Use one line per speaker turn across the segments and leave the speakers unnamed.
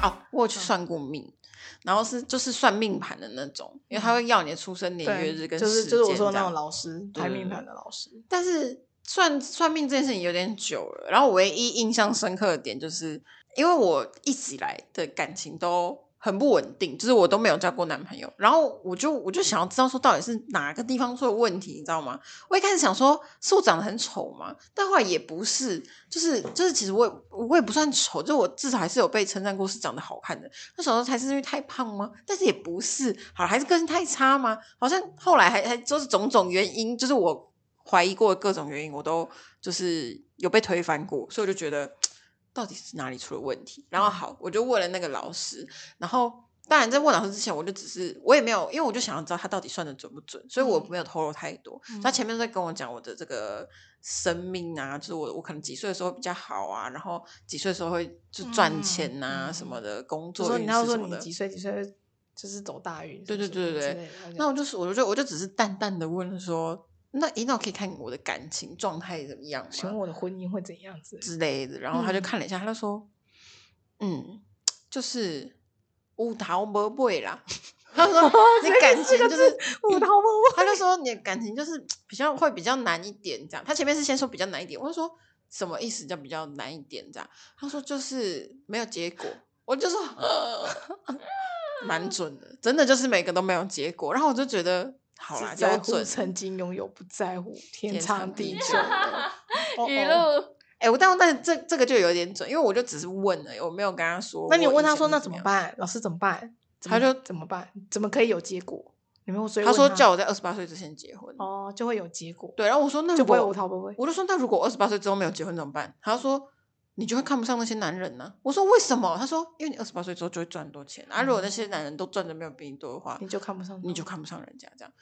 哦去
嗯
算过命，然后是就是算命盘的那种，因为他会要你的出生年月日
嗯对，
跟
就是
时
就是我
间
说
这
那
样
种老师
对
排
对
命
对
盘的老师，
但是算算命这件事情有点久了，然后我唯一印象深刻的点就是，因为我一直以来的感情都很不稳定，就是我都没有交过男朋友，然后我就我就想要知道说到底是哪个地方出了问题，你知道吗？我一开始想说是我长得很丑嘛，但后来也不是，就是就是其实我也我也不算丑，就我至少还是有被称赞过是长得好看的。那小时候还是因为太胖吗？但是也不是，好还是个性太差吗？好像后来还还就是种种原因，就是我怀疑过的各种原因，我都就是有被推翻过，所以我就觉得到底是哪里出了问题。然后好，我就问了那个老师，然后当然在问老师之前，我就只是我也没有，因为我就想要知道他到底算的准不准，所以我
嗯
没有透露太多。
嗯
他前面在跟我讲我的这个生命啊，就是我我可能几岁的时候比较好啊，然后几岁的时候会就赚钱呐、
嗯
什么的，工
就
作
说
运
你
势
要说
什么
你
的
几岁几岁会就是走大运什
对
么什么之类的，
对对对对那我就是我就我就只是淡淡的问说，那诶那我可以看我的感情状态怎么样
请问
吗？
我的婚姻会怎样 子？
之类的。然后他就
嗯
看了一下，他就说，嗯，就是五桃不背啦。 他说你感情就是
我的好 梦我
他就说你的感情就是比较会比较难一点这样。他前面是先说比较难一点，我就说什么意思叫比较难一点这样？他说就是没有结果，我就说 蛮准的，真的就是每个都没有结果。然后我就觉得好啦，
只
有
在
准
乎曾经拥有，不在乎天
天
长
长
地
地
久
久
的哦
语
哦
录，
哎、我但但这这个就有点准，因为我就只是问了，我没有跟他说。
那你问他说那
怎
怎么？办？老师怎么办？怎
他
么
就
怎么办？怎么可以有结果？你没有追
他
问
说叫我在二十八岁之前结婚。
哦，就会有结果，
对，然后我说那
就
如
不会
果
无逃不会。
我就说，那如果二十八岁之后没有结婚怎么办？他说，你就会看不上那些男人呢、我说为什么？他说，因为你二十八岁之后就会赚很多钱，啊，如果那些男人都赚的没有比你多的话，
你就看不上他
你就看不上人家这样。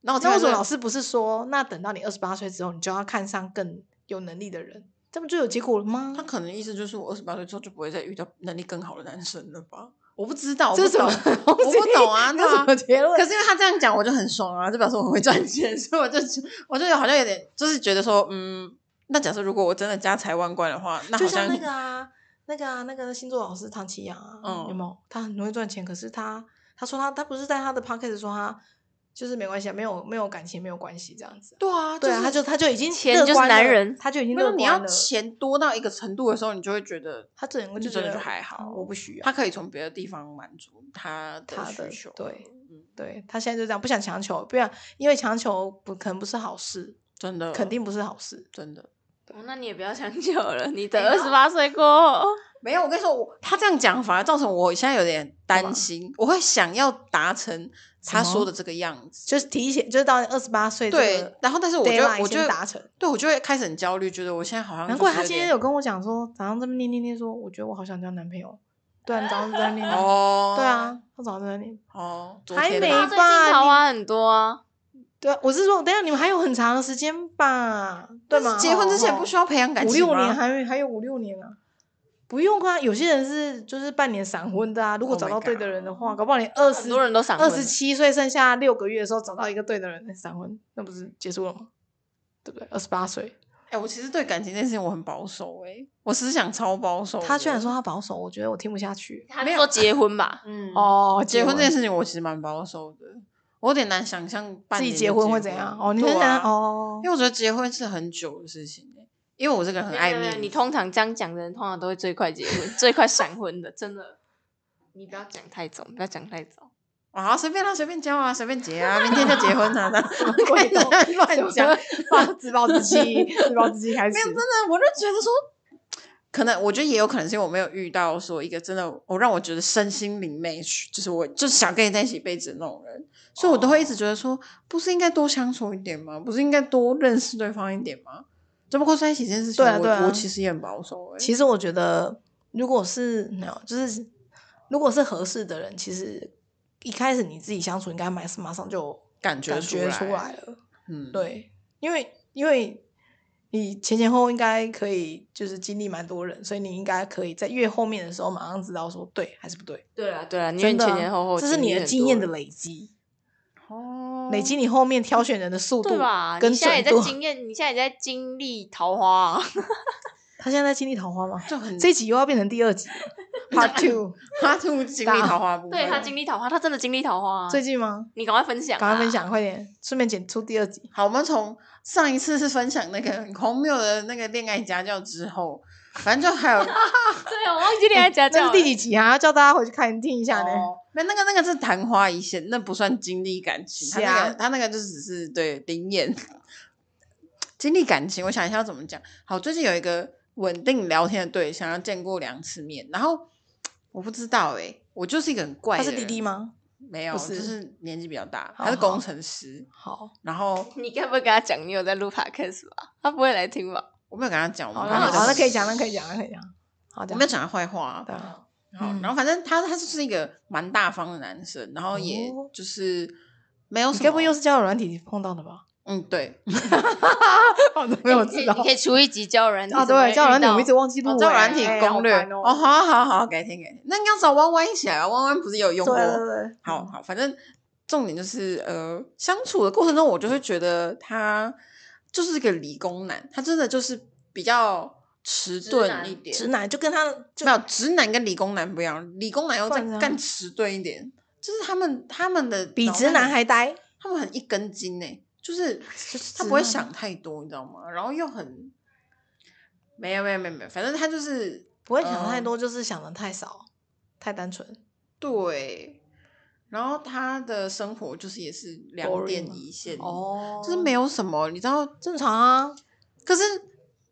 然后我听
嗯那
完
为哦什么
这
老师不是说，那等到你二十八岁之后，你就要看上更有能力的人，这不就有结果了吗
他？可能意思就是我二十八岁之后就不会再遇到能力更好的男生了吧？我不知道，我
这
不
是什
懂，
么
我
东西？
不懂啊，
这
对
是什
啊
么结论？
可是因为他这样讲，我就很爽啊，就表示我很会赚钱，所以我就我就好像有点就是觉得说，嗯，那假设如果我真的家财万贯的话，那好
就像那个啊，那个啊，那个星座老师唐奇阳啊，
嗯
有没有？他很会赚钱，可是他他说他他不是在他的 p o c k e t 说他就是没关系，啊，没有没有感情没有关系这样子啊、
对啊，
对啊，
是
他就他就已经
钱
乐
就是
观
男
了
人
他就已经
没有
乐
你
观
要
了。
钱多到一个程度的时候，你就会觉得
他整个
就
就
真
觉
的就
得
还好
嗯我不需要
他可以从别的地方满足他的
他的
需求。
对
嗯，
对他现在就这样，不想强求，不然因为强求不可能不是好事，
真的
肯定不是好事。
真的
哦那你也不要强求了，你等二十八岁过后，
没有。我跟你说，我他这样讲反而造成我现在有点担心，我会想要达成他
什么
说的这个样子。
就是提前，就是到二十八岁这
对
个，
然后但是我觉得
deadline
我觉
先
得
达成。
对我就会开始很焦虑，觉得我现在好像
难怪
就是
他今天
点
有跟我讲说，早上这么念念念说，我觉得我好想交男朋友。对啊，你早上在那念念。
哦，
对，啊，他早上在那念。
哦，昨
还
天
没
吧
他啊最
吧
近桃
你
花很多啊，
对啊，我是说，等一下你们还有很长的时间吧？对
但
吗？哦
是结婚之前不需要培养感
五
情
六
吗？
年，还有还有五六年啊。不用啊，有些人是就是半年闪婚的啊。如果
Oh
找
my
到对
God
的人的话，搞不好你二
很
十
多人都闪婚
二
了
十七岁剩下六个月的时候找到一个对的人再闪婚，那不是结束了吗？对不对？二十八岁，
哎、我其实对感情这件事情我很保守、欸，哎，我思想超保守的。
他居然说他保守，我觉得我听不下去。
他是说结婚吧，
嗯，
哦，
结婚
婚
这件事情我其实蛮保守的，我有点难想象半
自己
年就
结
结
婚会怎样？哦，你
对
很想
啊，
哦
因，为我觉得结婚是很久的事情、欸，因为我这个人很爱
没有没有
面
没
子。
哎有你通常这样讲的人，通常都会最快结 婚，最快闪婚的，真的。你不要讲太早，不要讲太早。
啊，随便啦、随便交啊，随便结 啊，明天就结婚 啊，那
鬼
开
都
始乱 讲。
暴自暴自弃，自暴自弃开始
没有，真的，我就觉得说，可能我觉得也有可能是因为我没有遇到说一个真的，我、让我觉得身心灵 match，就是我就是想跟你在一起一辈子的那种人，所以我都会一直觉得说，不是应该多相处一点吗？不是应该多认识对方一点吗？只不过在一起这件事情，
对啊
我
对啊
我其实也很保守、欸。
其实我觉得，如果是没有，就是如果是合适的人，其实一开始你自己相处，应该马马上就
感觉
感
出
觉
来
出来了。
嗯，，
对，因为因为你前前后后应该可以，就是经历蛮多人，所以你应该可以在越后面的时候，马上知道说对还是不对。
对啊，对啊，你
真的啊
前前后后
这是你的经验的
累。
累积，
哦，
累积你后面挑选人的速度
对吧？
跟
你现在也
准
在
度。
经验，你现在也在经历桃花、啊，
他现在在经历桃花吗？
就很
这一集又要变成第二集了， Part Two，
他 兔经历桃花部分，
对啊他经历桃花，他真的经历桃花、啊。
最近吗？
你赶快分享、啊
赶快分。享，快点，顺便剪出第 二集。
好，我们从上一次是分享那个很荒谬的那个恋爱家教之后，反正就还有
对，啊我忘记恋 爱家
那
教
是第几集啊？要叫大家回去看听一
啊
下呢。
哦，那那个那个是昙花一现，那不算经历感情，他
啊
那个他那个就只是对灵验 经历感情。我想一下要怎么讲。好，最近有一个稳定聊天的对象，要见过两次面，然后我不知道哎、我就是一个很怪
他
的
是
人，
弟弟吗？
没有，
不是
就是年纪比较大，
好
他是
好
工程师，
好，
然后
哦你该不会跟他讲你有在录 podcast 吧？他不会来听吧？
我没有跟他讲，我
好，
没
那
有
那
跟
好，
他讲
好那可以讲，那可以讲，那可以讲。好
我
的
没有，讲他坏话啊、
对啊
好，
嗯
然后反正他他就是一个蛮大方的男生，然后也
哦
就是没有
你
什么，
该不会又是交友软体碰到的吧？
嗯对，
好的，没有我
哎你可
知
以
道
你。可以出一集教人
啊，对，交友软体我们一直忘记录
哦
欸。
交友软体
哎
攻略
好烦
哦，
哦，
好好好，改天改天，那应该找弯弯一起来吧，弯弯不是也有用
对啊
过？
对对，
好好，反正重点就是呃，相处的过程中，我就会觉得他就是一个理工男，他真的就是比较迟
直
钝
男
一点，
直男就跟他就
没有直男跟理工男不一样，理工男又再
不然呢
更迟钝一点，就是他们他们的
比
脑
直
袋
男
很
还呆。
他们很一根筋呢、就是
就是
他
直
不会
男
想太多，你知道吗？然后又很没有没有没有没有，反正他就是
不会想太
嗯
多，就是想的太少，太单纯。
对。然后他的生活就是也是两
Boring
点
吗
一线，
哦
就是没有什么，你知道？
正常啊。
可是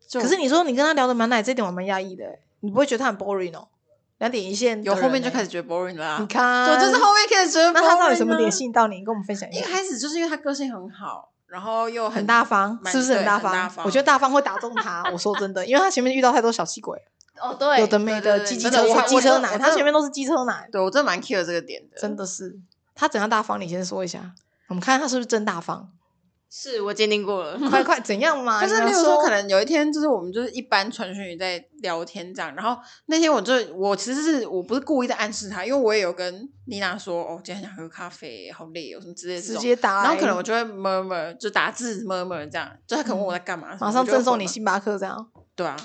就
可是你说你跟他聊的蛮奶，这点我蛮压抑的欸，你不会觉得他很 boring 哦？两点一线
有
的
后
人
面就
欸
开始，觉得 boring 了、
你
啊，
看，
就就是后面开始觉得 boring、
那
啊。
他到底什么点吸？引到你？你跟我们分享一
一
下。
开始就是因为他个性很好，然后又很
很大方，
蛮
是不是
对
很大
很
方？
大方
我觉得大方会打中他。我说真的，因为他前面遇到太多小气鬼，
哦，对，
有的没
对
的，
对
机机
真的
车
我
车
还
机
我
车
真的
男，
我
他
真的嗯
前面都是机车男，
对我真的蛮 care 这个点的，
真的是他怎样大方？你先说一下，我们看他是不是真大方？
是我鉴定过 了。
快快怎样嘛？
就是，
啊你
例
要
如说，可能有一天，就是我们就是一般传讯语在聊天这样，然后那天我就我其实是我不是故意在暗示他，因为我也有跟妮娜说，哦，今天想喝咖啡，好累哦，什么之类的这
直
种，
接欸打，
然后可能我就会 murmur 就打字 murmur 这样，就他可能问我在干嘛什么，
马上
我就会
赠送
回
你
嘛
星巴克这样。
对啊，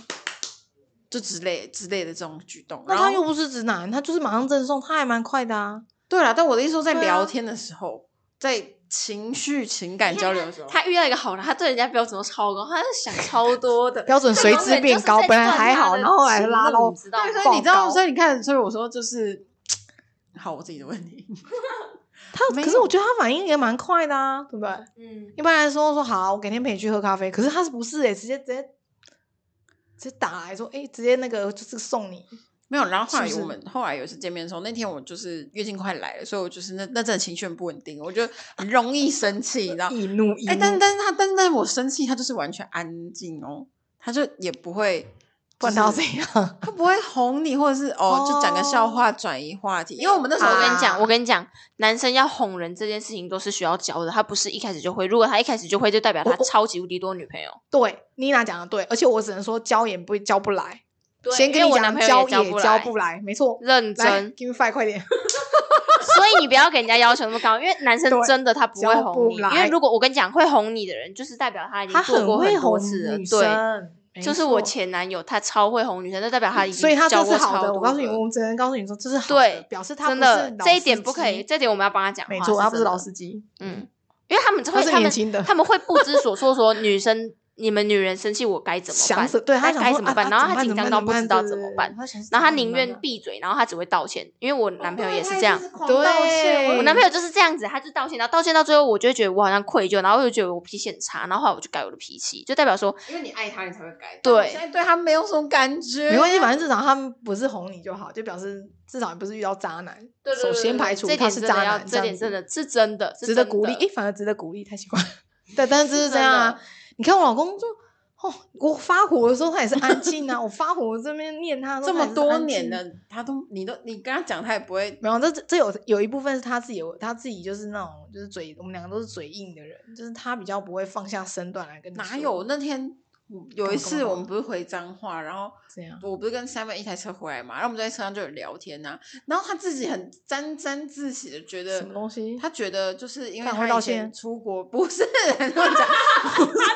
就之类之类的这种举动。
那
然后
他又不是直男，他就是马上赠送，他还蛮快的啊。
对了，但我的意思说，在
对啊
聊天的时候，在情绪情感交流的时候，
他遇到一个好的，他对人家标准都超高，他是想超 多的，
标准
这
随
永
之
远
变
就是
高
在
本来
赚
还
他
好
的
然后还
情
拉
路
到
你知道
对，
吗
所以你知道，
爆
所以你看，所以我说就是，好，我自己的问题。
他
没
可是我
有
觉得他反应也蛮快的啊，对不对？
嗯，
一般来说说好，我改天陪你去喝咖啡。可是他是不是哎、直接直接直接打来说，哎、直接那个就是送你，
没有，然后后来
是不是
我们后来有一次见面的时候，那天我就是月经快来了，所以我就是那那阵的情绪很不稳定，我就很容易生气，你知
啊
道？
易怒易怒。
哎，但但是他但但我生气，他就是完全安静哦，他就也不会，
不然他要怎样？
他不会哄你，或者是哦
哦
就讲个笑话转移话题，因为我们那时
我
候
跟
跟
你
啊
讲，我跟你讲，男生要哄人这件事情都是需要教的，他不是一开始就会。如果他一开始就会，就代表他
我
超级无敌多女朋友。
对，妮娜讲的对，而且我只能说教也不教不来，先
因
跟
为
你
我
讲
男朋友
教
也教
也
来，
教不来，没错。
认
来
真。
，give me five，快点！
所以你不要给人家要求那么高，因为男生
对
真的他不会
教
哄
不
你。
来
因为如果我跟你讲会哄你的人，就是代表他已经
他
做过
会
多
哄
次了。
女
对，
生，没
就是我
错
前男友，他超会哄女生，就代表他已经
所以他这
教
是
过
好
超
的。
多
我告诉你，
了
我们只能告诉你说这是好的
对，
表示他
真
不是
的
老
这一
司
点不可以，
机，
这点我们要帮他讲话。
没错，他不是
真的
老司机，
嗯，因为他们就会
他是
他
年
们
轻的
他们会不知所措，说女生你们女人生气我该怎么办？
想死，对他
该
想
该
说
怎么
啊
办？
啊
然后
怎么
他紧张到不知道怎么办，，然后他宁愿闭嘴，然后他只会道歉。因为我男朋友也是这样，
对
我
我男
男朋
朋
嗯
友就是这样子，他就道歉，然后道歉到最后，我就会觉得我好像愧疚，然后我就觉得我脾气很差，然后后来我就改我的脾气，就代表说
友，因为你爱他，你才会改。
对
但我现在对他没有什么感觉，
没关系，反正至少他们不是哄你就好，就表示至少你不是遇到渣男。首先排除
这
他
点
是
真
渣
的要，
男，
这点
样
真
子
的是真的，是
值得
真
鼓励。
的
诶，反而值得鼓励，太奇怪了。对，但是就是这样
真
啊
的。
你看我老公就哦，我发火的时候他也是安静 啊，我发火这边念他的
这
时候他
么
也是
多
安
年
静啊
了，他都你都你跟他讲，他也不会。
没有，这这有有一部分是他自己有，他自己就是那种就是嘴，我们两个都是嘴硬的人，就是他比较不会放下身段来跟你说。
哪有那天有一次
懂
我们不是回彰化，然后
这样
我不是跟 Simon 一台车回来嘛，然后我们在车上就有聊天呐、然后他自己很沾沾自喜的觉得
什么东西
他觉得就是因为
赶快
他
道
以前
歉
出国不是 乱讲，你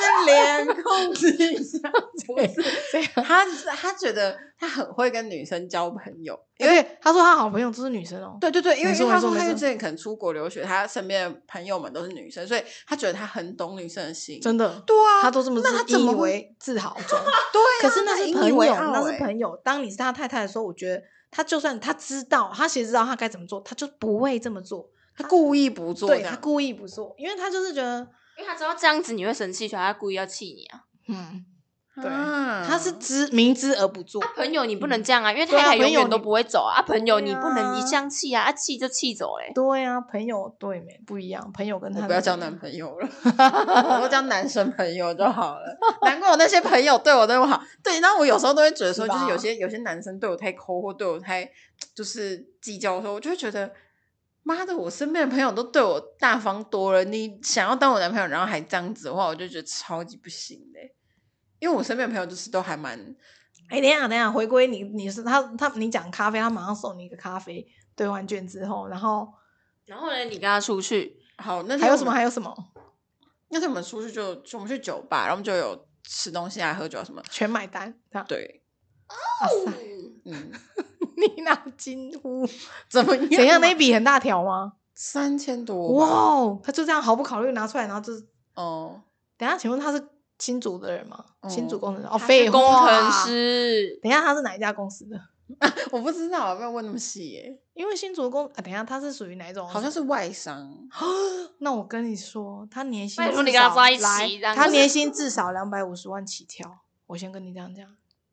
的脸控制一下，不是
这样，
他他觉得他很会跟女生交朋友，因
因
为
为他说他好朋友都是女生哦，
对对对，因为因
没错
为他
没
说
错
他
没
因为
错
之前可能出国留学，他身边的朋友们都是女生，所以他觉得他很懂女生的心。
真的，
对啊，
他都这么
那他
自
怎
引
么
以
会
为自豪中。
对啊，
可是那
他
是
引以
朋友，
为傲
那是
欸
朋友。当你是他太太的时候，我觉得他就算他知道，他其实知道他该怎么做，他就不会这么做。
他故意不做这
对
样，
他故意不做，因为他就是觉得，
因为他知道这样子你会生气，所以他故意要气你啊。
嗯，对
啊
他是知明知而不做。
啊，朋友你不能这样啊，因为
对
他
啊
俩永
朋友
远都
你
不会走啊。啊，朋友
对
你不能一
啊
这样气啊，啊气就气走嘞。
对啊，朋友对没不一样，朋友跟他
我
的
不要交男朋友 了，我都交男生朋友就好了。难怪我那些朋友对我那么好，对，然后我有时候都会觉得说，
是
就
吧
是有些有些男生对我太抠或对我太就是计较的时候，我就会觉得，妈的，我身边的朋友都对我大方多了，你想要当我男朋友，然后还这样子的话，我就觉得超级不行的、因为我身边的朋友就是都还蛮
哎、等一下等一下，回归你，你是他他你讲咖啡，他马上送你一个咖啡兑换券之后，然后
然后呢，你跟他出去，
好。那天
还有
我
什
们
么还有什么
那天我们出去就就我们去酒吧，然后我们就有吃东西啊、喝酒啊什么。
全买单，这样
对，
哇塞，
嗯，
你哪惊 呼？
怎么样？啊
怎样？那一笔很大条吗？
三千多
哇
吧
哦，他就这样毫不考虑拿出来，然后就是
哦，
等一下，请问他是新竹的人吗？新竹
哦
工程师哦，
他是
废
工
话
程。师，
等一下，他是哪一家公司的？
我不知道，没有问那么细耶，
因为新竹工啊，等一下他是属于哪一种？
好像是外
哦
商，
那我跟你说，他年薪
拜托
至
你跟他
少
在一起
来
这样
他
子
年薪至少两百五十万起跳。我先跟你这样讲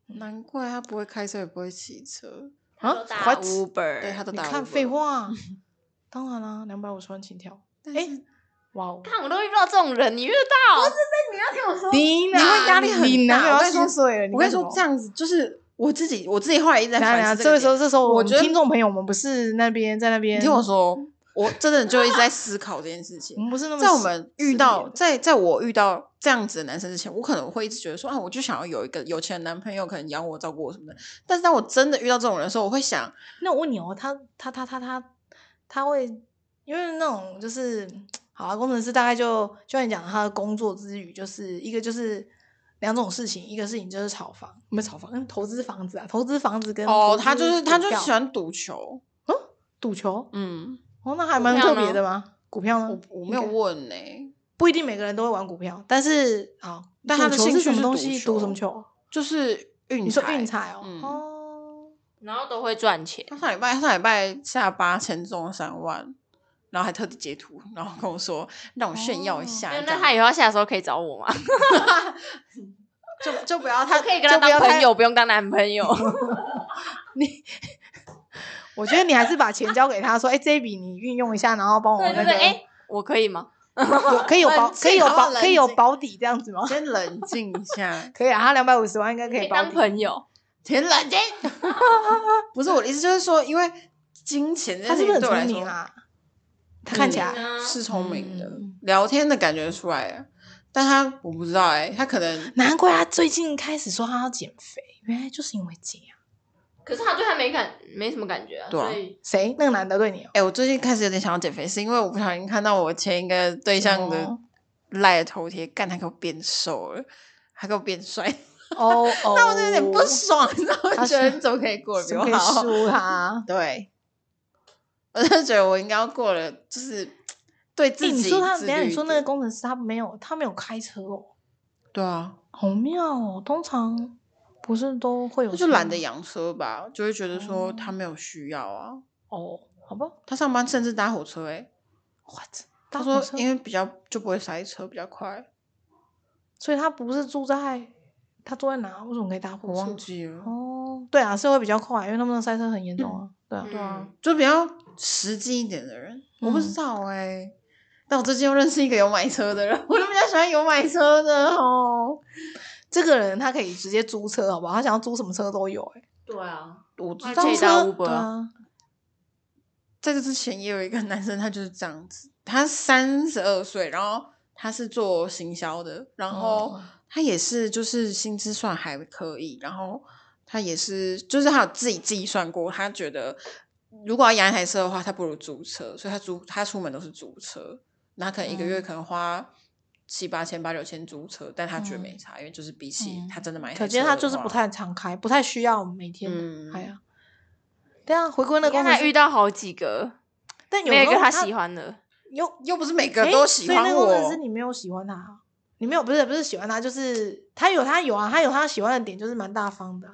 难怪他不会开车，也不会骑车，
他
啊
都打
，what？
Uber，
对，他都
你
打
看
Uber
废，话，当然啦，两百五十万起跳。
但
哎
是
哇哦，
看我都遇不到这种人，你遇得到？
你
你会压力很
你男
大
朋
我
友要
跟你说
心碎了。
我跟
你
你说，这
样，
样子就是我自己，我自己后来一直在
等一下
反思
等一下，这
个
个时
点。
候这时候，
我
我
觉
们
得
听众朋友，我们不是那边在那边，
你听我，说，我真的就一直在 思考这件事情
我。们不是嗯那么
在我
死
们
死
遇
皮
到
的
在在我遇到这样子的男生之前，我可能会一直觉得说啊，我就想要有一个有钱的男朋友，可能养我、照顾我什么的。但是当我真的遇到这种人的时候，我会想，
那我问你哦，他他他他他他会，因为那种就是好啊，工程师大概就就像你讲的，他的工作之余，就是一个就是两种事情，一个事情就是炒房，没有炒房，嗯，投资房子啊，投资房子跟
哦，
投
他
资
就是他
股
就
票
喜欢赌球，
赌球，
嗯，
哦，那还
股
蛮
票
特
呢
别的吗？股票呢
我？我没有
应该
问呢、
不一定每个人都会玩股票，但是好，
但
赌
他的
球
兴
是
趣
什么
是
东
赌
西？
球
赌什么球？哦
就是运，
你说运，彩哦，
嗯
哦，
然后都会赚钱，
他上礼拜他上礼拜下八千中了三万，然后还特地截图，然后跟我说让我炫耀一
哦
下，
那
这
那
样
他以后下的时候可以找我吗？
就就不要
他
他
可以跟他
就不
当
要
朋
太
友，不用当男 朋友。
哦我觉得你还是把钱交给他，说，哎，这一笔你运用一下，然后帮我
对
那
对
个
对，，哎，我可以吗？
啊
有可以有保
冷静
可以有
好不好
保可以有
冷静
保底这样子吗？
先冷静一下。
可以啊，他两百五十万应该可
可
以
以
保
当
底。
朋友，
天冷静。不是我的意思，就是说，因为金钱这
他
件
是
事情
不是很
对我来
聪
说
明啊？他看起
嗯
来
是聪明的，
嗯
聊天的感觉出来了。但他我不知道哎、他可能
难怪他最近开始说他要减肥，原来就是因为这样。
可是他对他没感，没什么感觉啊
对啊
所以
谁？那个男的对你哦？
哎、我最近开始有点想要减肥，是因为我不小心看到我前一个对象的
哦
赖的头贴，干他给我变瘦了，还给我变帅，
哦哦，
那我就有点不爽，你知道吗？
他
觉得
是
你怎么可以过得比
怎么
我
可以
好？
输他？
对，我就觉得我应该要过了，就是对自
哎，
己、
你说他，等一下你说那个
工，
工程师他没有他没有开车哦，
对啊，
好妙哦。通常不是都会有
他
车吗，
就懒得养车吧，就会觉得说
哦
他没有需要啊。
哦，好吧
他上班甚至搭火车、欸，诶，
，what？
他
搭
说
火车
因为比较就不会塞车，比较快。
所以他不是住在他住在哪？为什么可以搭火
我
车？
忘记了，
哦，对啊，是会比较快，因为他们的塞车很严重啊。对啊，
嗯
对啊，就比较实际一点的人，我不知
嗯
道哎、但我最近又认识一个有买车的人，我就比较喜欢有买车的哦。
这个人他可以直接租车，好不好？他想要租什么车都有、欸，啊
对啊，
我知
那
道
可以
车
搭
车
Uber
对啊，
在这之前也有一个男生，他就是这样子，他三十二岁，然后他是做行销的，然后
哦
他也是就是薪资算还可以，然后他也是就是他有自己计算过，他觉得如果要养一台车的话，他不如租车，所以他租他出门都是租车，那他可能一个月
哦
嗯
可能花。七八千、八九千租车，但他觉得没
嗯
差，因为就是比起
嗯
他真的买一台车的
可
话，
见他就是不太常开，不太需要我们每天。
嗯
哎呀，对啊，回归那个
你
工
看
程
他
师
遇，到好几个，
但有
没有一
时
个
候
他
他
喜欢的。
有
又不是每个
诶
都喜
所
欢
以那个工程
我
师。你没有喜欢他啊，你没有不是不是喜欢他，就是他有他有啊，他有他喜欢的点，就是蛮大方的啊、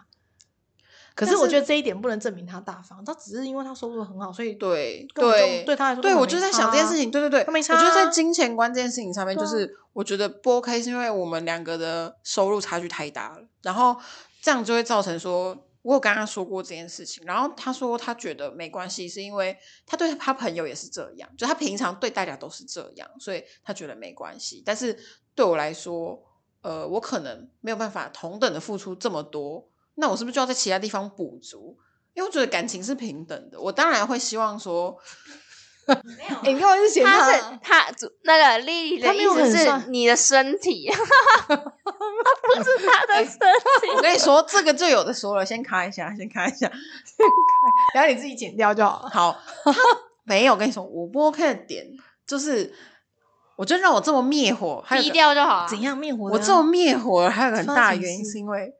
可
但
是我
是
觉得这一点不能证明他大方，他只是因为他收入很好，所以
对
根本就
对
对他来说
对，
根本
我
没
就在
差
想这件
啊
事情，对对对，
他没
我觉得
差
在
啊
金钱观这件事情上面，就
对啊
是我觉得不 OK，是因为我们两个的收入差距太大了，然后这样就会造成说，我有跟他说过这件事情，然后他说他觉得没关系，是因为他对他朋友也是这样，就他平常对大家都是这样，所以他觉得没关系，但是对我来说，呃，我可能没有办法同等的付出这么多，那我是不是就要在其他地方补足？因为我觉得感情是平等的，我当然会希望 说，
诶你干嘛是嫌
他
他？
是他那个丽丽的
他没
意
有很
思是
算
你的身体， 他不是他
哎
的身
我跟你说，这个就有的说了，先卡一下，先卡一下。
然后你自己剪掉就好了。
好，他没有我跟你说，我不 OK 的点就是，我觉得让我这么灭火，还有
低
个
调就好啊。
怎样灭火？
我这么灭火，还有个很
发
大的
生什么
原因
事
是因为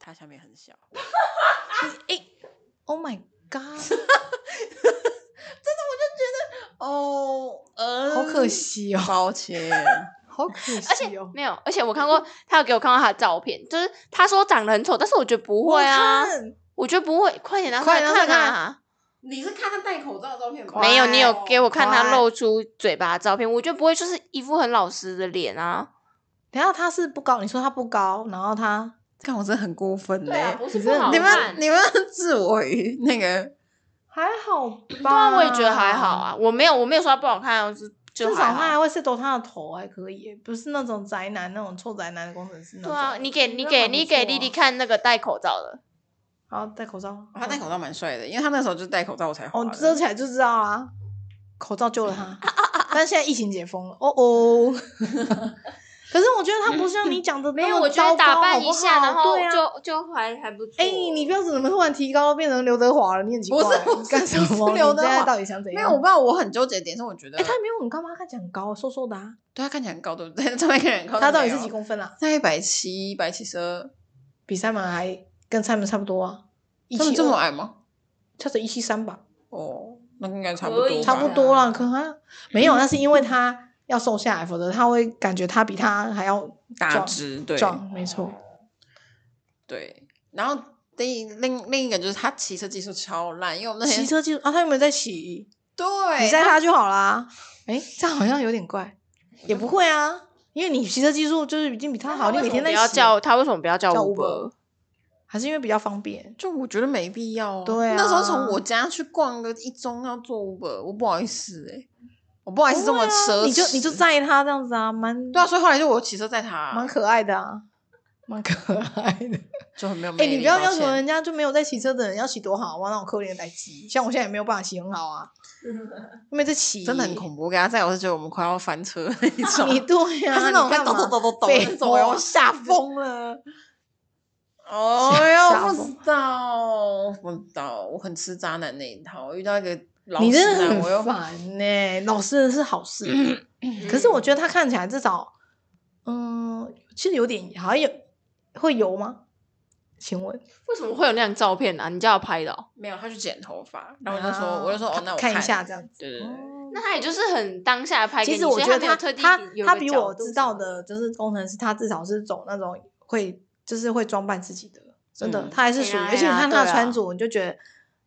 他下面很小。
，Oh my god，
哦，呃
好可， 惜哦，
抱歉，
好可
而且
惜哦。
没有，而且我看过，他有给我看过他的照片，就是他说长得很丑，但是我觉得不会啊，
我看
我觉得不会，快点拿出
快
来
拿出来
看啊！
你是看他戴口罩的照片吗？
没有，你
哦
有给我看他
快
露出嘴巴的照片，我觉得不会，就是一副很老实的脸啊。
等一下他是不高，你说他不高，然后他
看我真的很过分嘞、
啊不是
你真的
你
好
们你们自我于那个
还好
对啊，
吧？
我也觉得还好啊，我没有我没有说他不好看，啊我是就
至少
还
他
好
还会是抖他的头，还可以耶，不是那种宅男那种臭宅男的工程师那
对
种。
啊，你给你
那
给
还不
你给
错
丽丽
啊，
看那个戴口罩的，
然后戴口罩，
他戴口罩蛮帅的，因为他那时候就是戴口罩我才
哦，
红。
你遮起来就知道啊，口罩救 了他。但现在疫情解封了，哦哦。可是我觉得他不像 你讲的
没
那
有，
么
我觉得
糟
打
糕
扮
好
一
不
下，
好
然后
对啊
就就还还不错。
哎、你标准怎么突然提高变成刘德华了？你很奇怪，啊
不是不
你
是
干什
不是
么？
刘德
你现在
华
到底想怎
没
样？
有，我不知道，我很纠结的点是，我觉得
哎、他也没有很高吗？他看起来很高，瘦瘦的啊。
对他看起来很高，对不对？这 么一个人高，
他到底是几？公分啊？
他一百七、一百七十二，
比赛马还跟赛马差不多啊，一
他们
七
这么，矮吗？
他只一七三吧，
哦，那应该差不多
可以
吧，
吧
差不多
啊
啦。可他没有，那是因为他要瘦下来，否则他会感觉他比他还要
大
壮
只，对
壮，没错。
对。然后另另另一个就是他骑车技术超烂，因为我们那
骑
天
车技术啊，他有没有在骑？
对
你载他就好啦。哎、这样好像有点怪，也不会啊，因为你骑车技术就是已经比他好，你每天
不
在
要
骑
叫他为什么不要叫
叫
Uber？
还是因为比较方便。
就我觉得没必要、啊。
对啊
那时候从我家去逛个一中要坐 Uber，我不好意思哎、我不好意思这么奢侈，
啊你就你就载他这样子啊，蛮
对啊，所以后来就我骑车载他，
蛮可爱的啊，蛮可爱的。
就很没有魅
哎、
力。
你不要
嗯抱
要求
歉
人家就没有在骑车的人要骑多好哇，那种可怜的代骑，像我现在也没有办法骑很 好啊，没在骑，
真的很恐怖。我给他载，我是觉得我们快要翻车的那一种。
你对呀、
他是那种
你
会
干
抖抖
嘛？
抖抖抖
废
那种，然后
话
吓疯了。哦
吓
哟，不
疯
知道，不知道，我很吃渣男那一套。遇到一个老
你
实
真的
男，我又
很烦呢、老实人是好 事，可是我觉得他看起来至少，嗯，其实有点好像有会油吗？请问，
为什么会有那张照片啊？你叫他拍的、哦？
没有，他去剪头发，然后我就说，我就说，哦
他，
那我
啊看一下这样子。
对对对，
哦
那他也就是很当下拍
其
给你，
实我
所以
觉得
没有
他
特地
他
有
他
个
比
角
我
度
知
什么
道的就是工程师，他至少是走那种会就是会装扮自己的，真的，
嗯
他还是属于，
哎呀
而且你看他
对
的
啊
穿着，你就觉得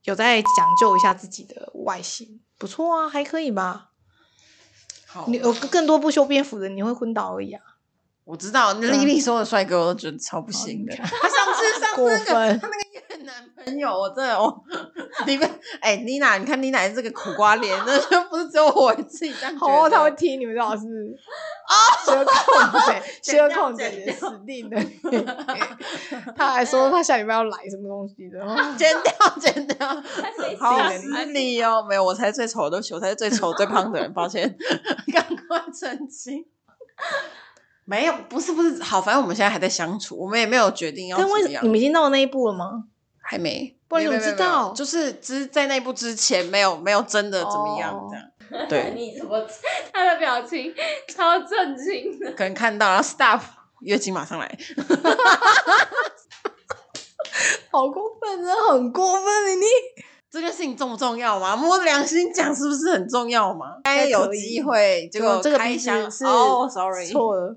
有在讲究一下自己的外形，不错啊，还可以吧？
好，
你有呃更多不修边幅的，你会昏倒而已啊，
我知道，那
嗯
丽丽说的帅哥，我都觉得超不行的。
你
他
看
上次上
过
次那个
分
他那个男朋友，我真的我，你们哎，妮娜，
哦
你看妮娜这个苦瓜脸，那就不是只有我自己这样觉得。
好，他会踢你们的老师，折扣姐，
剪掉
折扣姐
剪
姐
掉
死定了。 他还说他下礼拜要来什么东 西的，
剪掉，剪掉，好
吓死
失礼哦！没有，我才是最丑的，我才是最丑、最胖的人，抱歉， 赶快澄清。没有，不是不是，好，反正我们现在还在相处，我们也没有决定要怎
但
么
为什
样
你，们已经到那一步了吗？
还没。
不然你
没有
怎
没
么
有
知
没有
道
就是之在那一步之前，没有没有真的怎么样
哦
这样。 对，
你怎么？他的表情超震惊的，
可能看到，然后 staff 月经马上来，
好过分，真的很过分，欸你
这件事情重不重要嘛？摸着良心讲，是不是很重要嘛？应该有机会，结果
这个
开
鼻
箱
子是
哦，sorry，
错 了，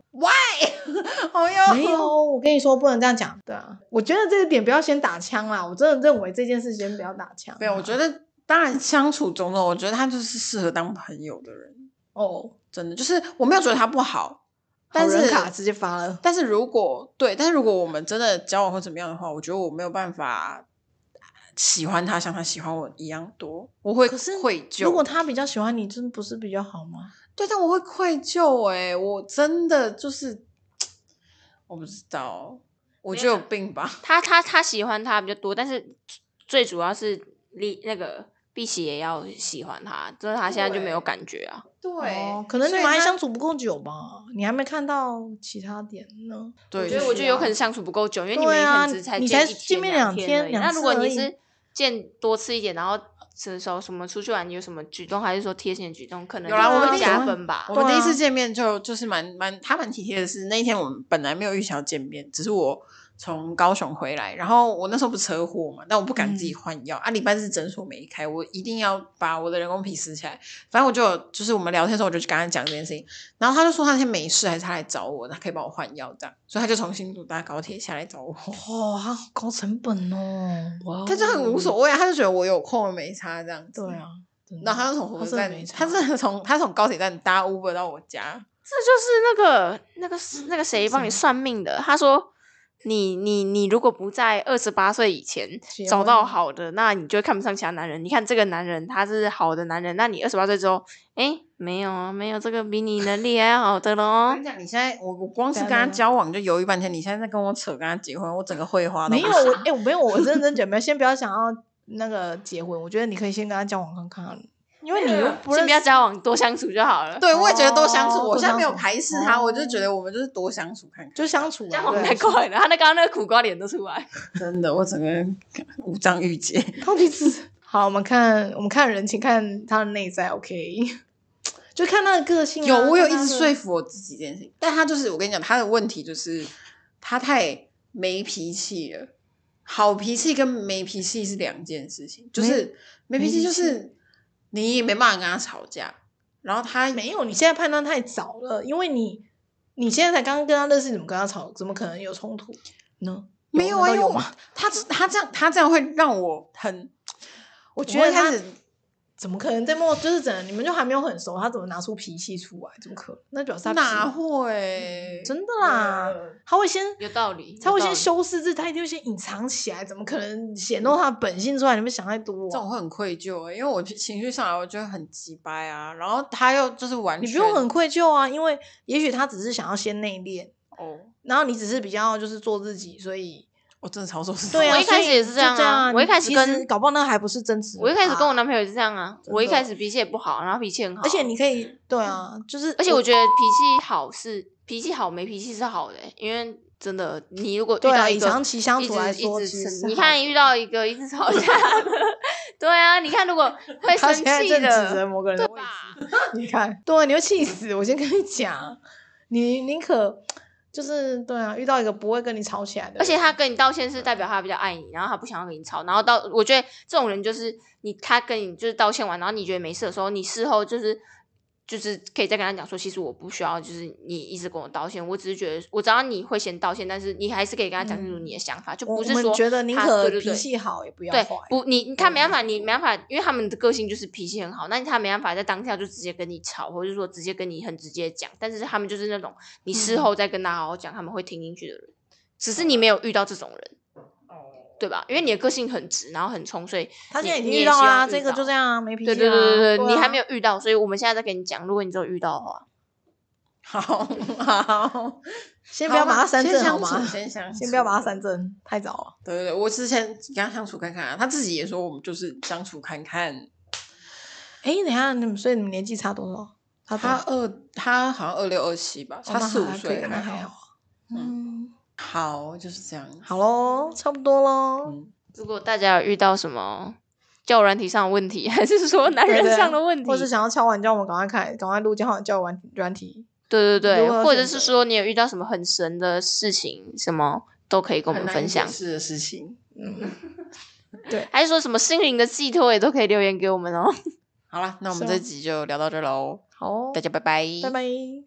哦哟，
没有，我跟你说不能这样讲对啊，我觉得这个点不要先打枪啦，我真的认为这件事先不要打枪。
对，我觉得当然相处中呢，我觉得他就是适合当朋友的人，
哦，
真的就是我没有觉得他不好，但
好人
是
卡直接发了，
但是如果对，但是如果我们真的交往或怎么样的话，我觉得我没有办法喜欢他像他喜欢我一样多，我会
可是
愧疚。
如果他比较喜欢你，真的不是比较好吗？
对，但我会愧疚哎、我真的就是我不知道，我
没
就有
有
病吧？
他他他喜欢他比较多，但是最主要是利那个碧玺也要喜欢他，就是他现在就没有
对
感觉啊。
对
哦，可能你
所以
们还
他
相处不够久吧？你还没看到其他点呢。
对，
我觉得
是
我就有
啊
可能相处不够久，因为你
对
们也可
啊
能只才
你
见
才
一
见面
两
两天
而已
两
那如果
次而
你
已
是见多次一点，然后什时候什么出去玩有什么举动，还是说贴心的举动，可能
有啦
就
我
会
们那
加
种
分吧
我。们第一
对
次
啊
见面就就是蛮蛮，他蛮体贴的是那一天我们本来没有预想要见面，只是我从高雄回来，然后我那时候不是车祸嘛，但我不敢自己
嗯
换药、啊，礼拜日诊所没开，我一定要把我的人工皮撕起来。反正我就有就是我们聊天的时候，我就去跟他讲这件事情，然后他就说他那天没事，还是他来找我，他可以帮我换药这样，所以他就从新竹搭高铁下来找我。
哦，他好高成本哦，哇哦
他就很无所谓啊，他就觉得我有空没差这样子。
对啊，真的
然后他就从火车
他真
站
的没，
他
差
是从他从高铁站搭 Uber 到我家，
这就是那个那个是那个谁帮你算命的，他说。你你你如果不在二十八岁以前
结
找到
婚
好的，那你就会看不上其他男人。你看这个男人他是好的男人，那你二十八岁之后，哎，没有啊，没有这个比你能力还好的
我
喽
跟你。讲，你现在我我光是
啊对啊
跟他
对啊
交往就犹豫半天，你现在在跟我扯跟他结婚，我整个会花都
没
不
有
行
我哎、我没有，我认真觉得先不要想要那个结婚，我觉得你可以先跟他交往看看，因为你 又不 认
先不要
识。
交往，多相处就好了。
对，我也觉得多相处。
哦
我现在没有
多相处
排斥他，
哦
我就觉得我们就是多相处看看，
就相处啊，
交往
对啊
太快了，他那刚刚那个苦瓜脸都出来。
真的，我整个人五脏欲结。
到底是 好？我们看我们看人情，看他的内在，OK，就看他的个性啊、
有，我有一
看他
直
的
说服我自己这件事情，但他就是我跟你讲，他的问题就是他太没脾气了。好脾气跟没脾气是两件事情，就是没脾气就是你也没办法跟他吵架，然后他
没有，你现在判断太早了，因为你你现在才刚跟他认识，怎么跟他吵，怎么可能有冲突呢？
没有啊，
难道
因为
有
我
吗？
他他这样他这样会让我很，
我觉
觉得
得
开
他
始
怎么可能在默，就是整你们就还没有很熟，他怎么拿出脾气出来？怎么可能？那表示他
哪呃
脾气
会
嗯真的啦，他会先
有道理，
他会
有道
先
理。
修饰自己，他一定会先隐藏起来，怎么可能显露他的本性出来？你们想太多、啊
这种会很愧疚、欸，因为我情绪上来，我觉得很鸡掰啊。然后他又就是完
你
全
不用很愧疚啊，因为也许他只是想要先内敛，
哦，
然后你只是比较就是做自己，所以
我真的超受伤。
对啊，
我一开始
所以
也是这
就这
样啊
样
我一
你
开始
其
跟
实搞不好那还不是真实的他。
我一开始跟我男朋友也是这样啊，
真的
我一开始脾气也不好，然后脾气很好，
而且你可以对啊，就是
而且我觉得脾气好是脾气好，没脾气是好的欸、因为真的你如果遇
对
到
啊，
一
以
个
长期相
一
处
直
来说，
一
其实
直
是
生，你
好的
看遇到一个一直吵架 的，对啊，你看如果会
他
生
现在
气
正指
的
着，某个人
对
的位
吧
置？你看，对，你会气死。我先跟你讲，你宁可就是对啊，遇到一个不会跟你吵起来的人，
而且他跟你道歉是代表他比较爱你，然后他不想要跟你吵，然后到我觉得这种人就是你他跟你就是道歉完，然后你觉得没事的时候，你事后就是就是可以再跟他讲说，其实我不需要，就是你一直跟我道歉，我只是觉得我知道你会先道歉，但是你还是可以跟他讲清楚
嗯
你的想法，就
我
不是
我们
说
觉得宁
他
可
对对
脾
对
气好也不要
对
坏，
不你他没办法，你没办法，因为他们的个性就是脾气很好，那他没办法在当下就直接跟你吵，或者说直接跟你很直接讲，但是他们就是那种你事
嗯
后再跟他好好讲，他们会听进去的人，只是你没有遇到这种人。对吧？因为你的个性很直，然后很冲，所以
他现在已
你
经
你也
遇到
希望
啊，
遇
这个
到
就这样，没脾气啊
对
啦。
对对对对，你还没
有
有遇到，所以我们现在在跟你讲，如果你只有遇到的话，
好好，
先不要把它删
先
正好
相
吗
处，？先相处，
先不要把它删正，太早了。
对对对，我之前跟他相处看看、啊，他自己也说我们就是相处看看。
哎，等一下，你们所以你们年纪差多少？差多
他
少？
二，他好像二六二七吧，
哦
他
那
四五
还可以
岁，
那还
还
好
好。。
嗯，
好，就是这样。
好喽，差不多喽。
嗯，
如果大家有遇到什么交友软体上的问题，还 是说男
对
人
对
上的问题，
或是想要敲完，叫我们赶快看，赶快录交换交友软软体。
对对
如何
对，或者
选
是
择
说你有遇到什么很神的事情，什么都可以跟我
很
们
难
分
解
享，
释的事情。
嗯，
还是说什么心灵的寄托也都可以留言给我们哦。
好了，那我们
是
啊
吗
这集就聊到这喽，
好哦，
大家拜拜，
拜拜。